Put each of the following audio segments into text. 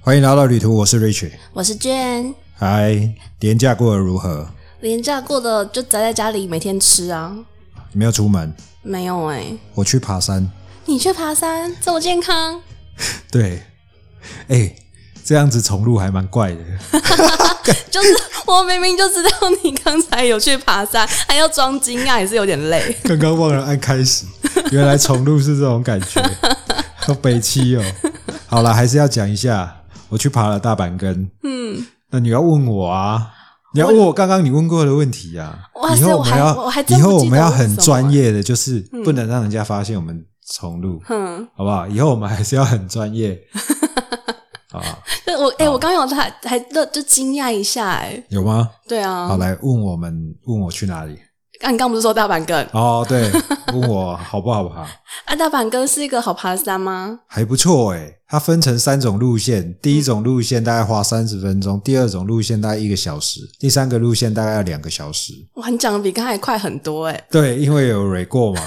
欢迎来到旅途，我是 Rich。我是娟，嗨，年假过得如何？年假过的就宅在家里，每天吃啊，有没有出门？没有哎、我去爬山。你去爬山，自我健康， 对，哎，这样子重录还蛮怪的。 就是我明明就知道你刚才有去爬山，还要装惊讶，也是有点 累。刚刚忘了按开始，原来重录是这种感觉，好北七哦。好了，还是要讲一下，我去爬了大阪根。嗯，那你要问我啊，你要问我刚刚你问过的问题啊。哇塞以后我们还要，我还真以不后我记们得要问什很么嗯专欸业的，就是不能让人家发现我们重录，哼，好不好？以后我们还是要很专业。啊，就我哎、我刚有还还就就惊讶一下哎、有吗？对啊，好，来问我们，问我去哪里？啊，你刚不是说大阪根哦，对，问我好不好爬？啊？大阪根是一个好爬的山吗？还不错诶，它分成三种路线，第一种路线大概花三十分钟，第二种路线大概一个小时，第三个路线大概要两个小时。哇，你讲的比刚才快很多哎、对，因为有蕊过嘛，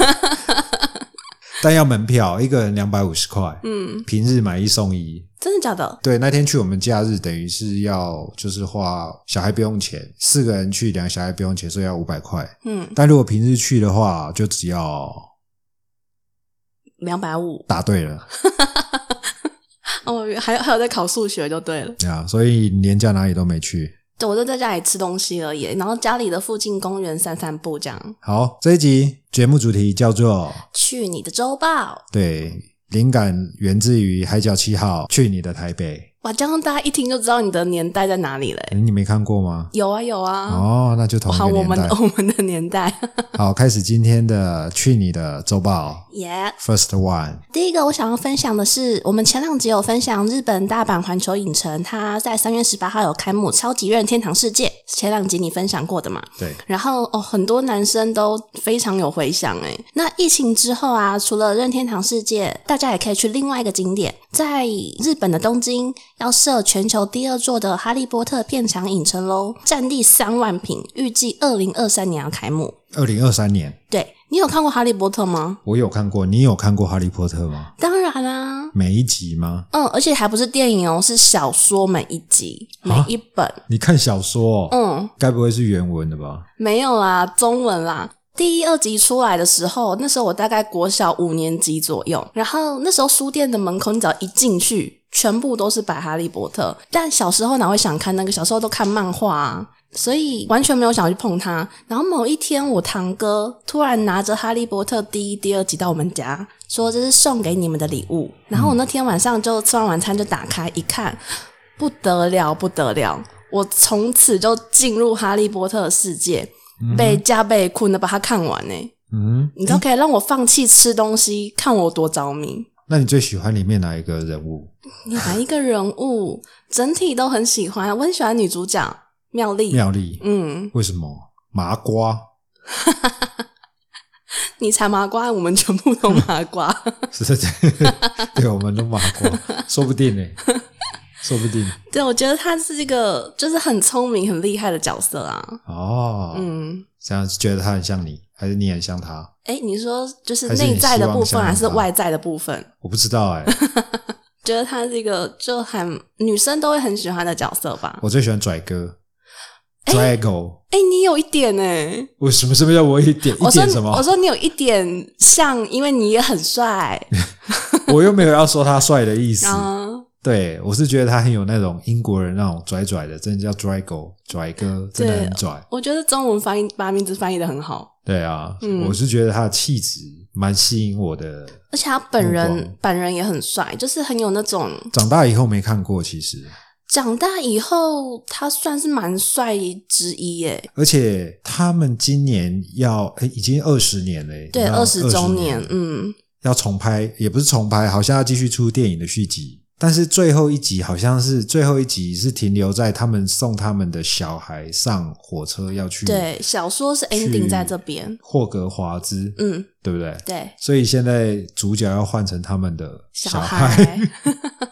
但要门票，一个人两百五十块，嗯，平日买一送一。真的假的？对，那天去我们假日，等于是要就是花小孩不用钱，四个人去两个小孩不用钱，所以要五百块。嗯，但如果平日去的话，就只要两百五答对了。哦，还还有在考数学就对了。对啊，所以年假哪里都没去。对，我就在家里吃东西而已，然后家里的附近公园散散步，这样。好，这一集节目主题叫做去你的周报， “对灵感源自于海角七号去你的台北哇，这样大家一听就知道你的年代在哪里嘞”，。诶你没看过吗？有啊，有啊。哦，那就同一好，个我年们代。我们的 年代，好，开始今天的去你的周报耶、 ，First One。第一个我想要分享的是，我们前两集有分享日本大阪环球影城，它在三月十八号有开幕《超级任天堂世界》，前两集你分享过的嘛？对，然后哦，很多男生都非常有回响诶。那疫情之后啊，除了任天堂世界，大家也可以去另外一个景点，在日本的东京要设全球第二座的《哈利波特》片场影城喽，占地三万平，预计二零二三年要开幕。二零二三年，对你有看过《哈利波特》吗？我有看过，你有看过《哈利波特》吗？当然啊啦、每一集吗？嗯，而且还不是电影哦，是小说每一集每一本，你看小说、哦，嗯，该不会是原文的吧？没有啦，中文啦。第一、二集出来的时候，那时候我大概国小五年级左右，然后那时候书店的门口，你只要一进去，全部都是摆《哈利波特》。但小时候哪会想看那个？小时候都看漫画啊，所以完全没有想要去碰它。然后某一天，我堂哥突然拿着《哈利波特》第一、第二集到我们家，说这是送给你们的礼物。然后我那天晚上就吃完晚餐就打开一看，不得了，不得了！我从此就进入哈利波特的世界，被加倍困的把它看完呢、嗯，你都可以让我放弃吃东西，看我多着迷。那你最喜欢里面哪一个人物？哪一个人物整体都很喜欢，我很喜欢女主角妙丽。妙丽。嗯，为什么？麻瓜 你才麻瓜，我们全部都麻瓜。 是这这，对，我们都麻瓜，说不定呢、 说不定对，我觉得她是一个就是很聪明、很厉害的角色啊。哦。嗯，这样觉得他很像你，还是你很像他？哎，你说就是还是你内在的部希分望像还是她外在的部分？我不知道 哎、觉得她是一个就很女生都会很喜欢的角色吧。我最喜欢拽哥，Drago。哎、你有一点哎、为什么？什么叫我一点一我说点什么我？说你有一点像，因为你也很 帅我又没有要说他帅的意思。啊。对，我是觉得他很有那种英国人那种拽拽的，真的叫 Drago，拽哥真的对很拽。我觉得中文翻译把名字翻译的很好，对啊，嗯我是觉得他的气质蛮吸引我的。而且他本目人光本人也很帅，就是很有那种长大以后没看过，其实。长大以后他算是蛮帅之一耶。而且他们今年要，诶已经二十年了耶，对，二二十周年，年，，嗯，要重拍，也不是重拍，好像要继续出电影的续集。但是最后一集好像是最后一集是停留在他们送他们的小孩上火车要去对，小说是 ending 在这边，霍格华兹，嗯，对不对？对，所以现在主角要换成他们的小孩，孩，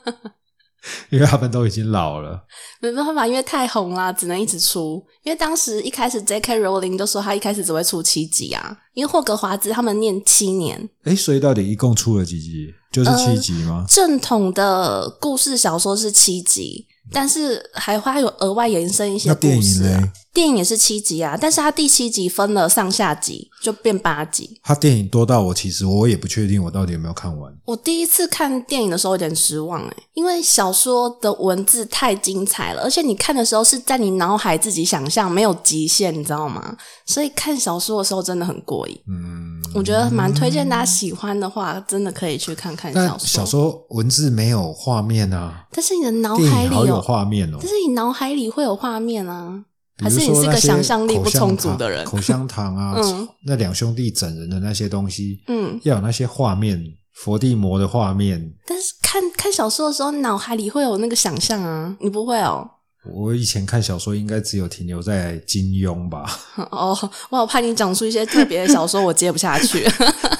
因为他们都已经老了。没办法，因为太红啦，只能一直出。因为当时一开始 J.K. 罗琳就说他一开始只会出七集啊，因为霍格华兹他们念七年。哎，所以到底一共出了几集？就是七集吗？正统的故事小说是七集，但是还会有额外延伸一些那电故影事、啊呢。？电影也是七集啊，但是它第七集分了上下集，就变八集。他电影多到我其实我也不确定我到底有没有看完。我第一次看电影的时候有点失望哎、因为小说的文字太精彩了，而且你看的时候是在你脑海自己想象，没有极限，你知道吗？所以看小说的时候真的很过瘾。嗯，我觉得蛮推荐大家喜欢的话，真的可以去看看小但说。小说文字没有画面啊，但是你的脑电海影里好有画面哦。但是你脑海里会有画面啊。比如还是说你是那个些想象力不口香充足糖的人口香糖啊， 嗯那两兄弟整人的那些东西，嗯，要有那些画面，伏地魔的画面。但是看看小说的时候，脑海里会有那个想象啊，你不会哦。 我以前看小说应该只有停留在金庸吧， 哦，我好怕你讲出一些特别的小说，我接不下去。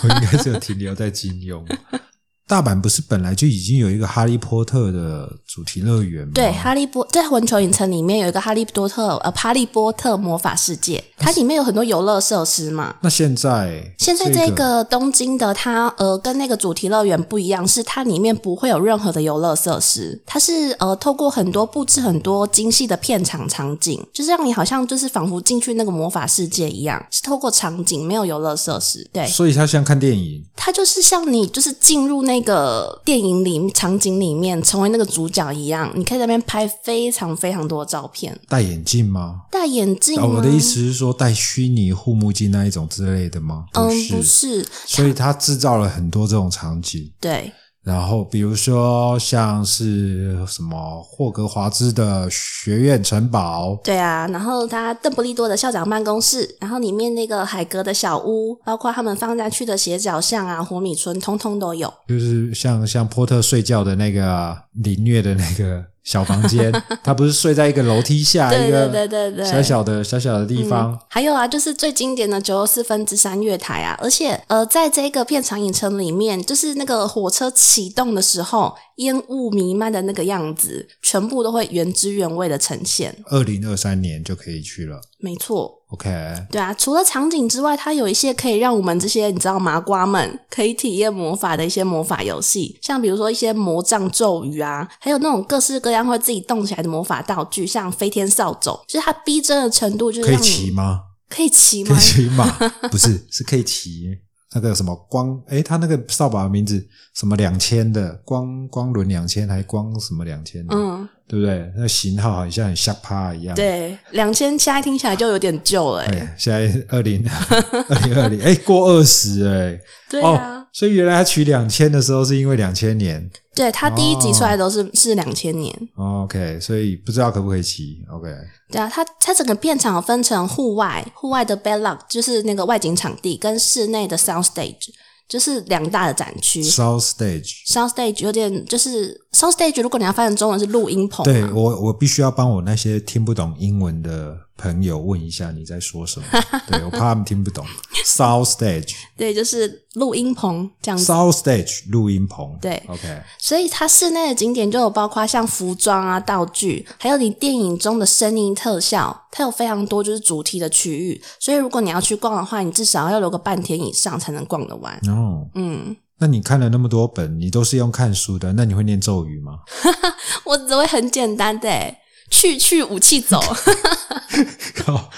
我应该只有停留在金庸。大阪不是本来就已经有一个哈利波特的主题乐园吗？对，哈利波在环球影城里面有一个哈利波特呃哈利波特魔法世界，它里面有很多游乐设施嘛。那现在现在这个东京的它呃跟那个主题乐园不一样，是它里面不会有任何的游乐设施，它是呃透过很多布置很多精细的片场场景，就是让你好像就是仿佛进去那个魔法世界一样，是透过场景没有游乐设施。对，所以他像看电影，它就是像你就是进入那个电影里场景里面，成为那个主角一样，你可以在那边拍非常非常多的照片，戴眼镜吗？戴眼镜、啊，吗？我的意思是说戴虚拟护目镜那一种之类的吗？嗯，是，不是，所以他制造了很多这种场景。对，然后比如说像是什么霍格华兹的学院城堡，对啊，然后他邓布利多的校长办公室，然后里面那个海格的小屋，包括他们放下去的斜角巷啊、活米村，通通都有。就是像像波特睡觉的那个凌虐的那个小房 间，他不是睡在一个楼梯下对啊一对对个对对，小小的小小的地方，还有啊，就是最经典的九又四分之三月台啊，而且呃，在这个片场影城里面，就是那个火车启动的时候，烟雾弥漫的那个样子，全部都会原汁原味的呈现。二零二三年就可以去了。没错， OK，对啊，除了场景之外，它有一些可以让我们这些你知道麻瓜们可以体验魔法的一些魔法游戏，像比如说一些魔杖、咒语啊，还有那种各式各样会自己动起来的魔法道具，像飞天扫帚，就是它逼真的程度，就是可以让你骑吗？可以骑可吗 以？骑马？ 不是，是可以骑那个什么光，诶，他那个扫把的名字什么两千的光光轮两千，还光什么两千？，嗯，对不对？那型号好像很吓趴一样。，对，两千现在听起来就有点旧了、欸，哎，现在二零 二零二零，哎，过二十哎，对哦啊，，所以原来他取两千的时候是因为两千年对，它第一集出来都是、是两千年。哦，OK，所以不知道可不可以骑，OK，对啊，它它整个片场有分成户外，户外的 Bedlock 就是那个外景场地，跟室内的 Sound Stage 就是两大的展区。 South Stage。 Sound Stage 有点就是 Sound Stage，如果你要翻成中文是录音棚嘛，对我，我必须要帮我那些听不懂英文的朋友问一下你在说 什么。对我怕他们听不懂。South Stage，对，就是录音棚这样子。 South Stage 录音棚。嗯对，OK，所以它室内的景点就有包括像服装啊、道具，还有你电影中的声音特效，它有非常多就是主题的区域。所以如果你要去逛的话，你至少要留个半天以上才能逛得完。哦，嗯，那你看了那么多本，你都是用看书的，那你会念咒语吗？ 我只会很简单的、欸，去去武器走。靠，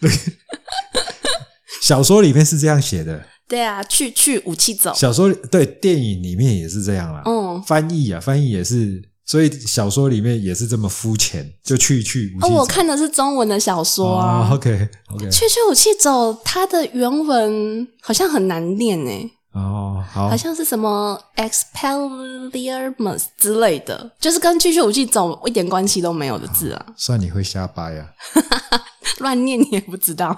那个哦 小说里面是这样写的，对啊，去去武器走。小说对电影里面也是这样啦。嗯，翻译啊，翻译也是，所以小说里面也是这么肤浅，就去去无哦，稽我之看的是中文的小说哦啊。 OK OK，去去武器走，它的原文好像很难念欸诶、哦好好，像是什么 expelliarmus 之类的，就是跟去去武器走一点关系都没有的字啊， 算你会瞎掰啊呀乱念你也不 知道。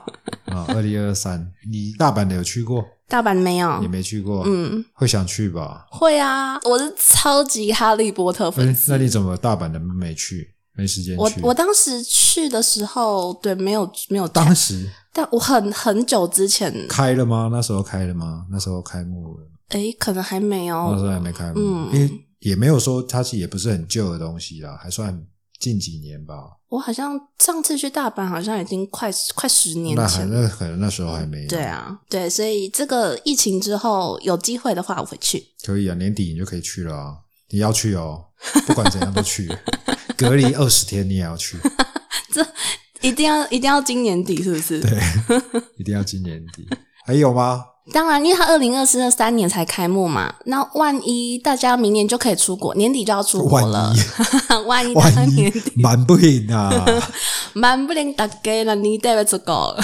啊！二零二三，你大阪的有去过？大阪没有也，没去过，啊嗯，会想去吧？会啊，我是超级哈利波特粉嗯丝。那你怎么大阪的没去？没时间我去？我当时去的时候，对，没有没有当看，时但我很很久之前，开了吗？那时候开了吗？那时候开幕了吗。诶，可能还没有，那时候还没开幕，哦嗯因为也没有说它是也不是很旧的东西啦，还算近几年吧。我好像上次去大阪，好像已经快快十年那还前了。那可能那时候还没有。对，啊，对，所以这个疫情之后有机会的话，我会去。可以啊，年底你就可以去了啊。你要去哦，不管怎样都 去。隔离二十天你也要去，一定要一定要今年底是不是？一定要今年底。还有吗？当然，因为它二零二四那三年才开幕嘛，那万一大家明年就可以出国，年底就要出国万了，一 万一大家万年一满不赢 啊！蛮不能打给了，你得要出国，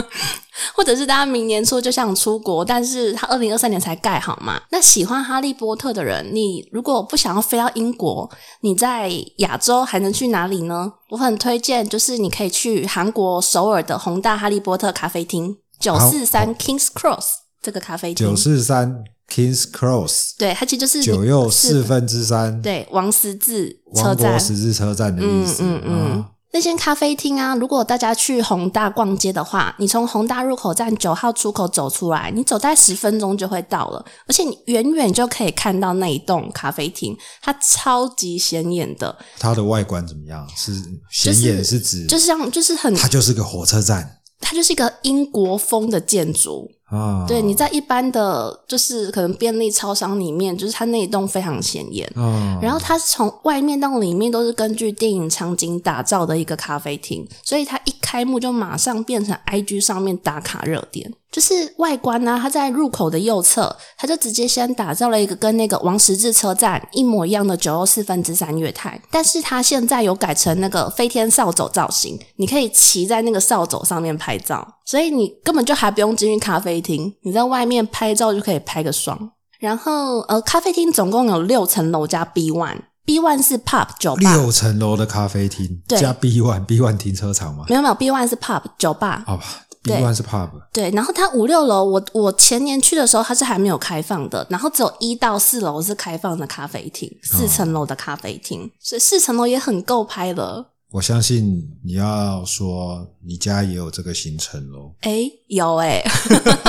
或者是大家明年初就想出国，但是它二零二三年才盖好嘛。那喜欢哈利波特的人，你如果不想要飞到英国，你在亚洲还能去哪里呢？我很推荐，就是你可以去韩国首尔的宏大哈利波特咖啡厅，九四三 Kings Cross 这个咖啡厅九，四三 Kings Cross 对，它其实就是九又四四分之三，对王十字车王站国，十字车站的意思。嗯嗯嗯啊那间咖啡厅啊，如果大家去宏大逛街的话，你从宏大入口站九号出口走出来，你走大概十分钟就会到了，而且你远远就可以看到那一栋咖啡厅，它超级显眼的，它的外观怎么样？是就是显眼是指就是像就是嗯很，它就是个火车站它就是一个英国风的建筑。啊。对，你在一般的就是可能便利超商里面，就是它那一栋非常显眼。啊，然后它是从外面到里面都是根据电影场景打造的一个咖啡厅，所以它一开幕就马上变成 IG 上面打卡热点。就是外观呢、它在入口的右侧，它就直接先打造了一个跟那个王十字车站一模一样的九又四分之三月台，但是它现在有改成那个飞天扫帚造型，你可以骑在那个扫帚上面拍照，所以你根本就还不用进去咖啡厅，你在外面拍照就可以拍个爽。然后呃，咖啡厅总共有六层楼加 B one，B one 是 pub 酒吧，六层楼的咖啡厅哦对加 B one B one 停车场嘛，没有没有 B one 是 pub 酒吧，好吧，B 对 one 是 pub，对。然后它五六楼，我我前年去的时候它是还没有开放的，然后只有一到四楼是开放的咖啡厅，四层楼的咖啡厅，所以四层楼也很够拍了。我相信你要说你家也有这个行程喽。诶，有诶，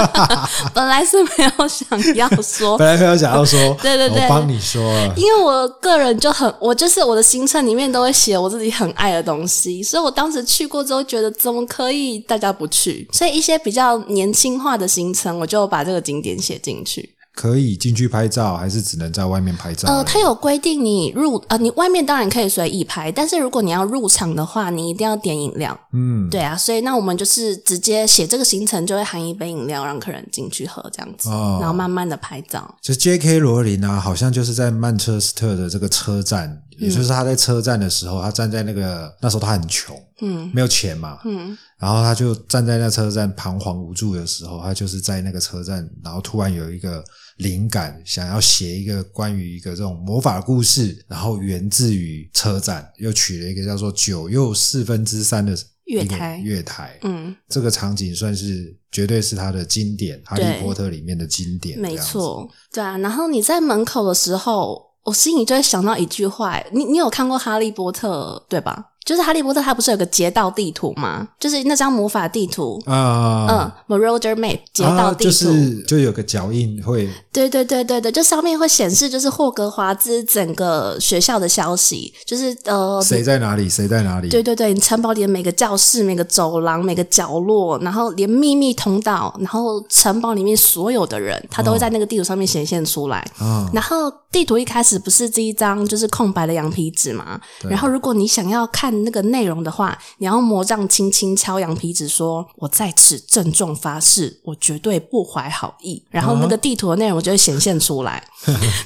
本来是没有想要说，本来没有想要说，哦 对对对我帮你说了因。为我个人就很，我就是我的行程里面都会写我自己很爱的东西，所以我当时去过之后觉得怎么可以大家不去？所以一些比较年轻化的行程，我就把这个景点写进去。可以进去拍照，还是只能在外面拍照而已？呃，它有规定你入呃，你外面当然可以随意拍，但是如果你要入场的话，你一定要点饮料。嗯，对啊，所以那我们就是直接写这个行程，就会含一杯饮料让客人进去喝这样子，哦然后慢慢的拍照。就 J.K. 罗琳啊，好像就是在曼彻斯特的这个车站，也就是他在车站的时候，他站在那个那时候他很穷，嗯没有钱嘛，嗯，然后他就站在那车站彷徨无助的时候，他就是在那个车站，然后突然有一个灵感，想要写一个关于一个这种魔法故事，然后源自于车站，又取了一个叫做“九又四分之三”的一个月台月台，嗯，这个场景算是绝对是他的经典，《哈利对波特》里面的经典，没这样子错，对啊。然后你在门口的时候，我心里就会想到一句话：你你有看过《哈利波特》对吧？就是《哈利波特》它不是有个街道地图吗？就是那张魔法地图，啊，嗯 m a r o d e r Map 街道啊、地图，就哦是就有个脚印会对对对对对，就上面会显示就是霍格华兹整个学校的消息，就是呃，谁在哪里，谁在哪里，对对对，你城堡里的每个教室、每个走廊、每个角落，然后连秘密通道，然后城堡里面所有的人，他都嗯会在那个地图上面显现出来。啊，然后地图一开始不是这一张就是空白的羊皮纸嘛？对然后如果你想要看那个内容的话，你要魔杖轻轻敲羊皮纸说，我在此郑重发誓，我绝对不怀好意。”然后那个地图的内容就会显现出来。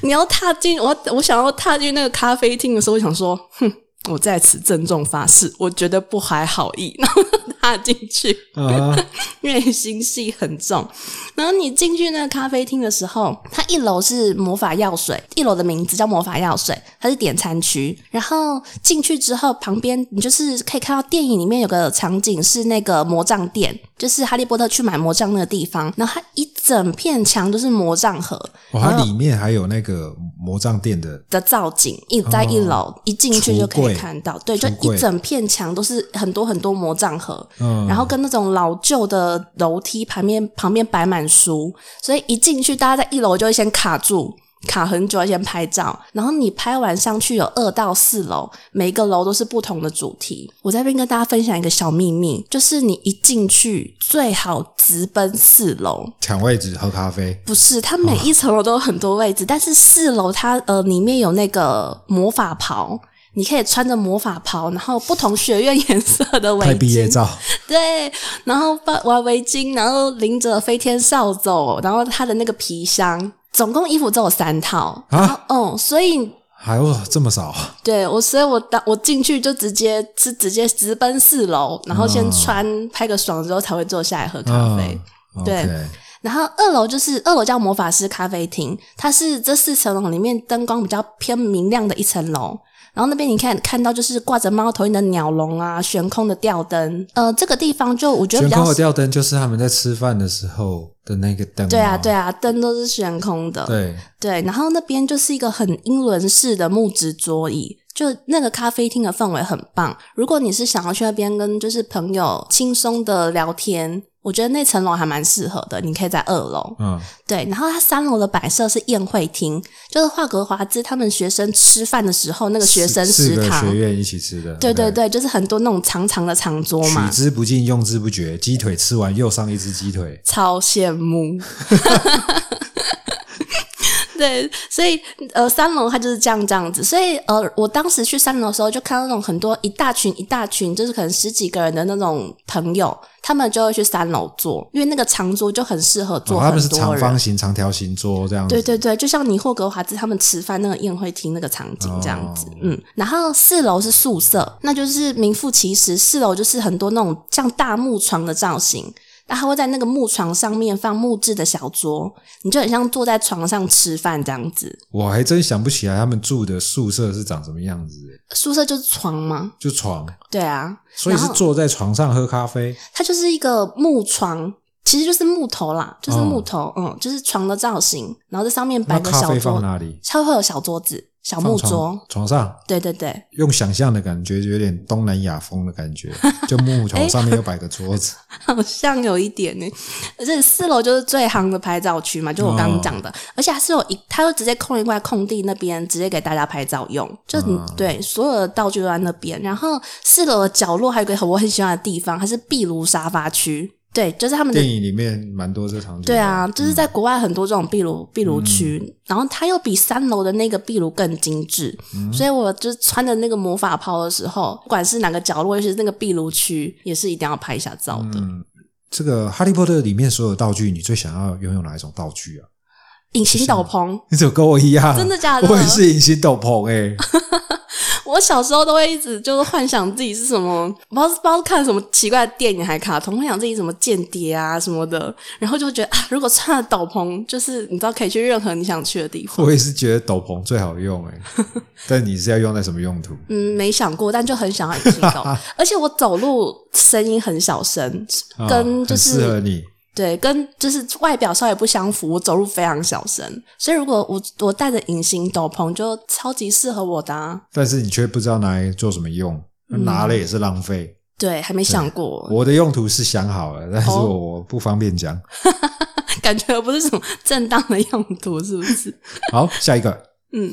你要踏进我，我想要踏进那个咖啡厅的时候，我想说：“哼，我在此郑重发誓，我绝对不怀好意。” 然后踏进去。啊，因为心系很重。然后你进去那个咖啡厅的时候，它一楼是魔法药水，一楼的名字叫魔法药水，它是点餐区。然后进去之后，旁边你就是可以看到电影里面有个场景是那个魔杖店，就是哈利波特去买魔杖那个地方。然后它一整片墙都是魔杖盒哇，哦嗯它里面还有那个魔杖店的的造景，一在一楼、一进去就可橱以柜看到，对，就橱柜一整片墙都是很多很多魔杖盒。嗯然后跟那种老旧的楼梯旁边旁边摆满书，所以一进去，大家在一楼就会先卡住，卡很久，而且拍照。然后你拍完上去有二到四楼，每一个楼都是不同的主题。我在这边跟大家分享一个小秘密，就是你一进去最好直奔四楼。抢位置喝咖啡，不是，它每一层楼都有很多位置，但是四楼它呃里面有那个魔法袍，你可以穿着魔法袍，然后不同学院颜色的围拍毕业巾，照，对，然后把玩围巾，然后拎着飞天扫帚，然后他的那个皮箱，总共衣服只有三套啊然后哦、所以还有这么少，对我，所以我当我进去就直接是直接直奔四楼，然后先穿、拍个爽之后才会坐下来喝咖啡。嗯对 OK 然后二楼就是二楼叫魔法师咖啡厅，它是这四层楼里面灯光比较偏明亮的一层楼。然后那边你看看到就是挂着猫头鹰的鸟笼啊，悬空的吊灯，呃，这个地方就我觉得悬比空较的吊灯就是他们在吃饭的时候的那个灯吗，对啊对啊，灯都是悬空的，嗯对，对然后那边就是一个很英伦式的木质桌椅，就那个咖啡厅的氛围很棒。如果你是想要去那边跟就是朋友轻松的聊天，我觉得那层楼还蛮适合的，你可以在二楼。嗯，对，然后它三楼的摆设是宴会厅，就是华格华兹他们学生吃饭的时候那个学生四食个堂学。院一起吃的，对对对，就是很多那种长长的长桌嘛取，之不尽，用之不绝。鸡腿吃完又上一只鸡腿，超羡慕。 对，所以呃，三楼它就是这样这样子，所以呃，我当时去三楼的时候，就看到那种很多一大群一大群，就是可能十几个人的那种朋友，他们就会去三楼坐，因为那个长桌就很适合坐哦，他们是很多长人。方形、长条形桌这样子。对对对，就像你霍格华兹他们吃饭那个宴会厅那个场景这样子，哦嗯。然后四楼是宿舍，那就是名副其实。四楼就是很多那种像大木床的造型，那它会在那个木床上面放木质的小桌，你就很像坐在床上吃饭这样子。我还真想不起来他们住的宿舍是长什么样子，宿舍就是床吗？就床，对啊，所以是然后坐在床上喝咖啡。它就是一个木床。其实就是木头啦，就是哦木头，嗯，就是床的造型，然后在上面摆那个咖小啡桌放，哪里？它会有小桌子、小放木床桌，床上，对对对，用想象的感觉，有点东南亚风的感 觉，就木头上面又摆个桌子。好像有一点呢，而且四楼就是最行的拍照区嘛，就我刚刚讲的，而且它是有一，它就直接空一块空地那边，直接给大家拍照用，就你、对所有的道具都在那边。然后四楼的角落还有一个我很喜欢的地方，它是壁炉沙发区，对，就是 他们的电影里面蛮多这场景。哎对，啊，就是在国外很多这种壁炉壁炉区，然后它又比三楼的那个壁炉更精致，所以我就是穿着那个魔法袍的时候，不管是哪个角落，尤其是那个壁炉区，也是一定要拍一下照的。嗯，这个《哈利波特》里面所有道具，你最想要拥有哪一种道具啊？ 隐形斗篷，你怎么跟我一样？啊真的假的？我也是隐形斗篷哎、我小时候都会一直就是幻想自己是什么，不知道不知道看什么奇怪的电影还卡通，幻想自己什么间谍啊什么的，然后就会觉得啊，如果穿了斗篷，就是你知道可以去任何你想去的地方。我也是觉得斗篷最好用哎、但你是要用在什么用途？嗯，没想过，但就很想要隐形斗， 而且我走路声音很小声，啊跟就很是适合你，对，跟就是外表稍微不相符，我走路非常小声，所以如果我我戴着隐形斗篷，就超级适合我的、啊。但是你却不知道拿来做什么用，嗯拿了也是浪费。对，还没想过， 我的用途是想好了， 但是哦我不方便讲。感觉不是什么正当的用途，是不是？好，下一个，嗯，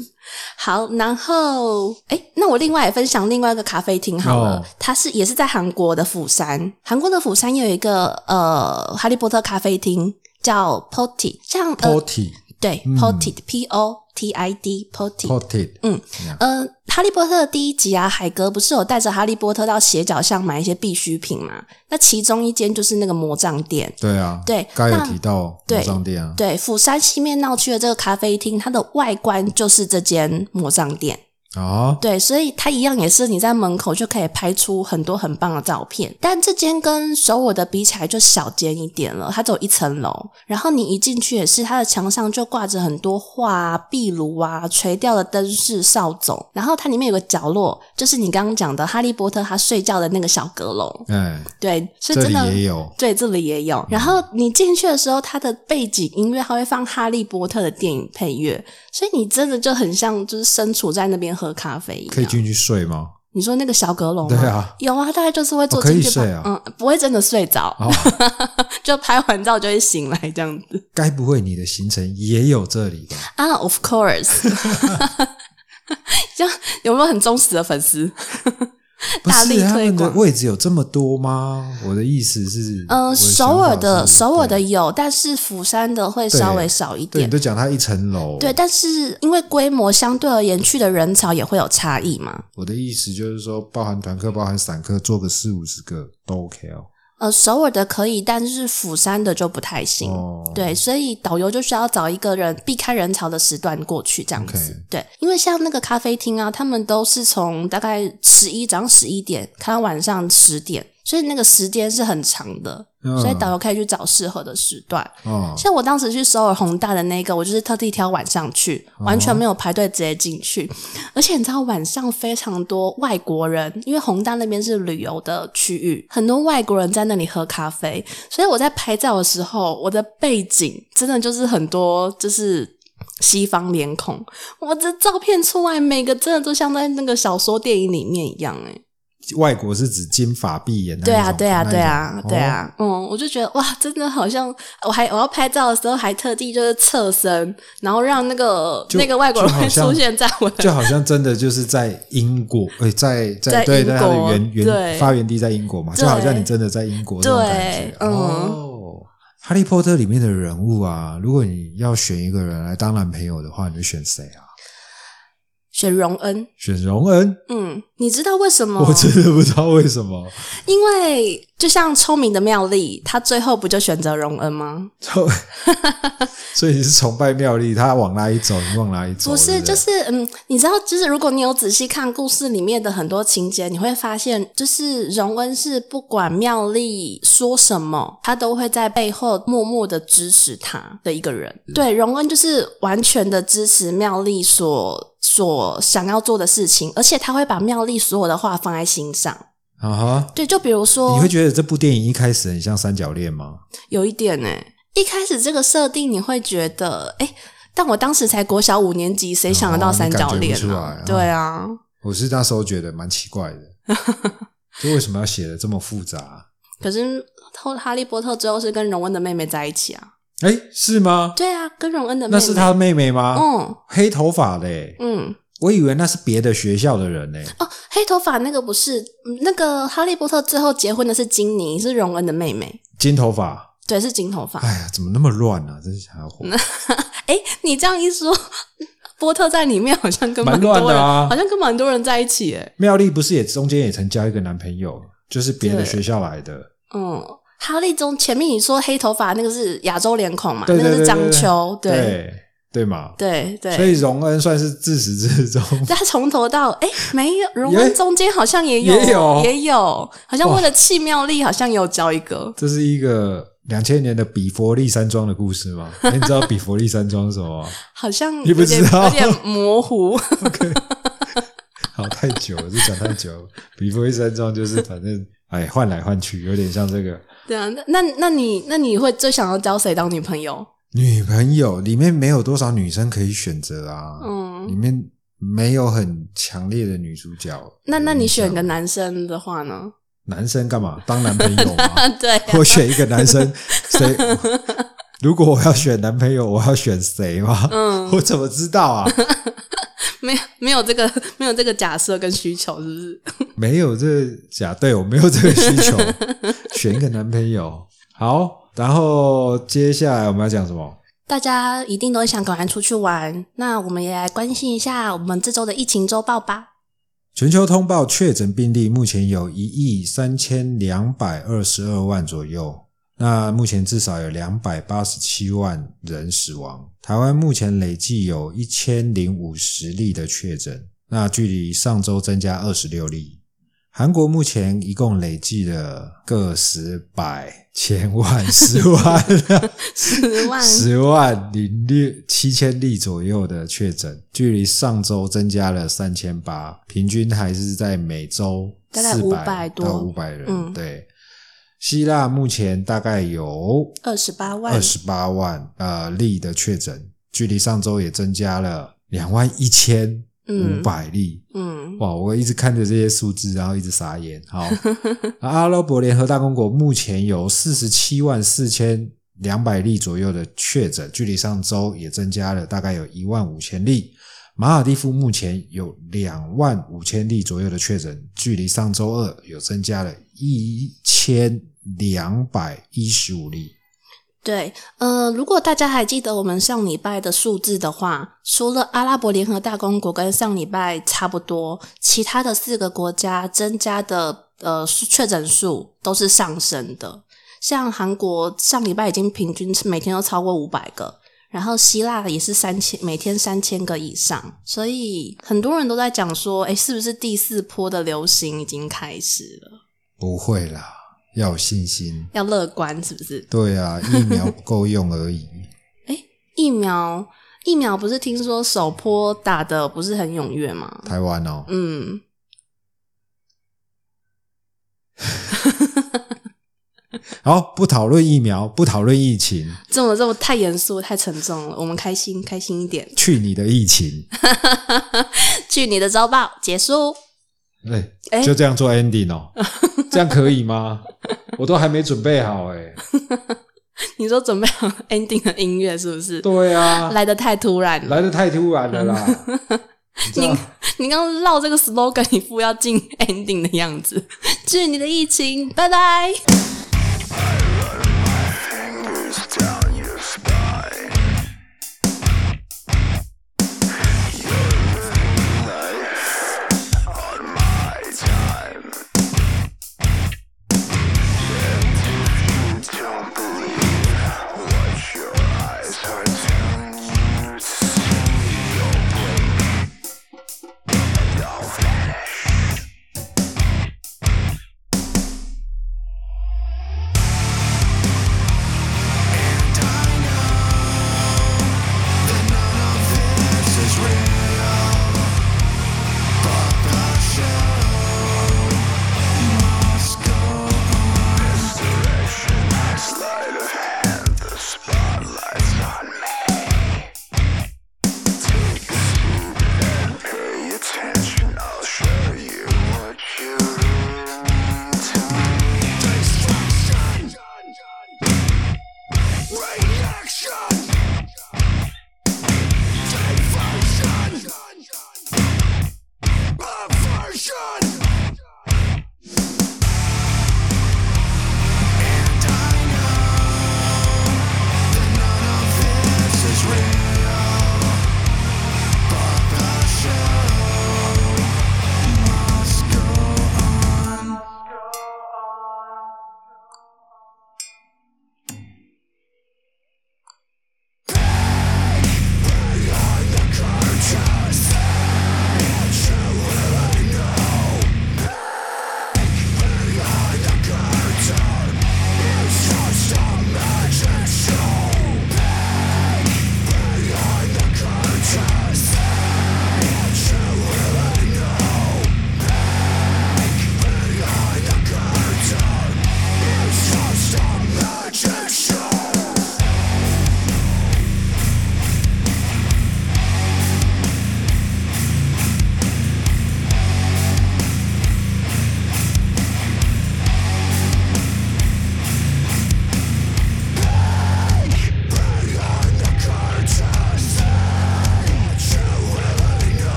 好，然后哎，那我另外也分享另外一个咖啡厅好了，哦它是也是在韩国的釜山，韩国的釜山有一个呃哈利波特咖啡厅叫 Potty，像 呃 potty 对嗯 Potty P O T I D Potty， potty，嗯呃，哈利波特的第一集啊，海格不是有带着哈利波特到斜角巷买一些必需品嘛？那其中一间就是那个魔杖店，对啊，对刚有那提到对魔杖店啊，对，釜山西面闹区的这个咖啡厅，它的外观就是这间魔杖店。啊，对，所以它一样也是你在门口就可以拍出很多很棒的照片，但这间跟首尔的比起来就小间一点了，它只有一层楼。然后你一进去也是，它的墙上就挂着很多画、啊、壁炉啊、垂钓的灯饰、扫帚。然后它里面有个角落，就是你刚刚讲的哈利波特他睡觉的那个小阁楼。哎，对，是这真里的也有，对，这里也有。然后你进去的时候，它的背景音乐还会放《哈利波特》的电影配乐，所以你真的就很像就是身处在那边喝咖啡一可以样。进去睡吗？你说那个小阁楼吗？对啊，有啊，大概就是会坐哦可以进去吧、睡啊嗯，不会真的睡着，哦 就拍完照就会醒来这样 子该不会你的行程也有这里吧？啊。Of course，这样有没有很忠实的粉丝？不 大力是他推们的广位置有这么多吗？我的意思是，我嗯，的想首法尔的是首尔的对有，但是釜山的会对稍微少一对，点你。都讲它一层楼，对，，但是因为规模相对而言，去的人潮也会有差异嘛。我的意思就是说，包含团课、包含散课，做个四五十个都 OK 哦。呃，首尔的可以，但是釜山的就不太行。哦对，所以导游就需要找一个人避开人潮的时段过去，这样子。 OK 对，因为像那个咖啡厅啊，他们都是从大概十一早上十一点开到晚上十点，所以那个时间是很长的，嗯所以导游可以去找适合的时段。哦，像我当时去首尔宏大的那个，我就是特地挑晚上去，完全没有排队，直接进去。而且你知道晚上非常多外国人，因为宏大那边是旅游的区域，很多外国人在那里喝咖啡，所以我在拍照的时候，我的背景真的就是很多就是。西方脸孔，我这照片出来，每个真的都像在那个小说、电影里面一样、欸，外国是指金发碧眼那一种，哦对啊，对那一啊，对啊，种对，啊，嗯，我就觉得哇，真的好像我还我要拍照的时候还特地就是侧身，然后让那个就那个外国人就会好像出现在我哦 的。就好像真的就是在英国，哎，在在在对，英在它的国原对原发源地在英国嘛，就好像你真的在英国这种感觉对嗯哦。哈利波特里面的人物啊，如果你要选一个人来当男朋友的话，你会选谁啊？选荣恩，选荣恩？嗯，你知道为什么？我真的不知道为什么。因为就像聪明的妙丽，她最后不就选择荣恩吗？崇所以你是崇拜妙丽，她往哪里走，你往哪里走？不是，哦对对就是嗯，你知道，就是如果你有仔细看故事里面的很多情节，你会发现，就是荣恩是不管妙丽说什么，他都会在背后默默的支持他的一个人。嗯对，荣恩就是完全的支持妙丽所所想要做的事情，而且他会把妙丽所有的话放在心上。啊哈。对，就比如说，你会觉得这部电影一开始很像三角恋吗？有一点呢、一开始这个设定你会觉得，哎、但我当时才国小五年级，谁想得到哦三角恋你感觉不出来啊啊？对啊，我是那时候觉得蛮奇怪的，就为什么要写的这么复杂？可是后哈利波特最后是跟荣恩的妹妹在一起啊。哎，是吗？对啊，跟荣恩的妹那妹。是他妹妹吗？嗯黑头发的耶，嗯我以为那是别的学校的人呢。哦，黑头发那个不是嗯那个哈利波特最后结婚的是金妮，是荣恩的妹妹。金头发，对，是金头发。哎呀，怎么那么乱啊？真是还要火。 哎，你这样一说，波特在里面好像跟蛮多乱的人，啊好像跟蛮多人在一起哎。妙丽不是也中间也曾交一个男朋友，就是别的对学校来的。嗯，哈利中前面你说黑头发那个是亚洲脸孔嘛，对对那个是对张对秋，对对对嘛，对对。所以荣恩算是自始至终但他从头到哎、没有，荣也恩中间好像也有，也有也有，好像哇为了气妙丽，好像有交一个。这是一个两千年的比佛利山庄的故事吗？哎你知道比佛利山庄是什么吗？好像你不有点知道有点模糊。 好，太久了，就讲太久了。比佛利山庄就是反正哎换来换去，有点像这个对啊，那那那你那你会最想要交谁当女朋友？女朋友里面没有多少女生可以选择啊，嗯里面没有很强烈的女主角。那那你选有个印象男生的话呢？ 男生干嘛？当男朋友吗？对啊、我选一个男生，谁？如果我要选男朋友，我要选谁吗？嗯我怎么知道啊？没有没有这个没有这个假设跟需求，是不是？没有这个假，对我没有这个需求，选一个男朋友。好，然后接下来我们要讲什么？大家一定都想赶快出去玩，那我们也来关心一下我们这周的疫情周报 吧。全球通报确诊病例目前有一亿三千两百二十二万左右，那目前至少有两百八十七万人死亡。台湾目前累计有一千零五十例的确诊，那距离上周增加二十六例。韩国目前一共累计了个十百千万 十万十万十万零六七千例左右的确诊，距离上周增加了三千八，平均还是在每周大概400 500多到五百人。嗯对，希腊目前大概有二十八万二，十八万呃例的确诊，距离上周也增加了两万一千五百例，嗯，哇！我一直看着这些数字，然后一直傻眼。好， 啊阿拉伯联合大公国目前有四十七万四千两百例左右的确诊，距离上周也增加了大概有一万五千例。马尔蒂夫目前有两万五千例左右的确诊，距离上周二有增加了一千两百一十五例。对，呃，如果大家还记得我们上礼拜的数字的话，除了阿拉伯联合大公国跟上礼拜差不多，其他的四个国家增加的呃数确诊数都是上升的。像韩国上礼拜已经平均每天都超过五百个，然后希腊也是三千，每天三千个以上，所以很多人都在讲说，哎，是不是第四波的流行已经开始了？不会啦，要有信心。要乐观是不是？对啊，疫苗不够用而已。疫苗疫苗不是听说首波打的不是很踊跃吗？台湾哦，嗯，好，不讨论疫苗，不讨论疫情，这么这么太严肃太沉重了，我们开心开心一点。去你的疫情！去你的周报结束，哎、哎就这样做 ending 哦，这样可以吗？我都还没准备好哎、你说准备 好 ending 的音乐是不是？对啊，来的太突然了，来的太突然了 啦。你知道你刚刚 绕这个 slogan，你不要进 ending 的样子。去你的疫情，拜拜。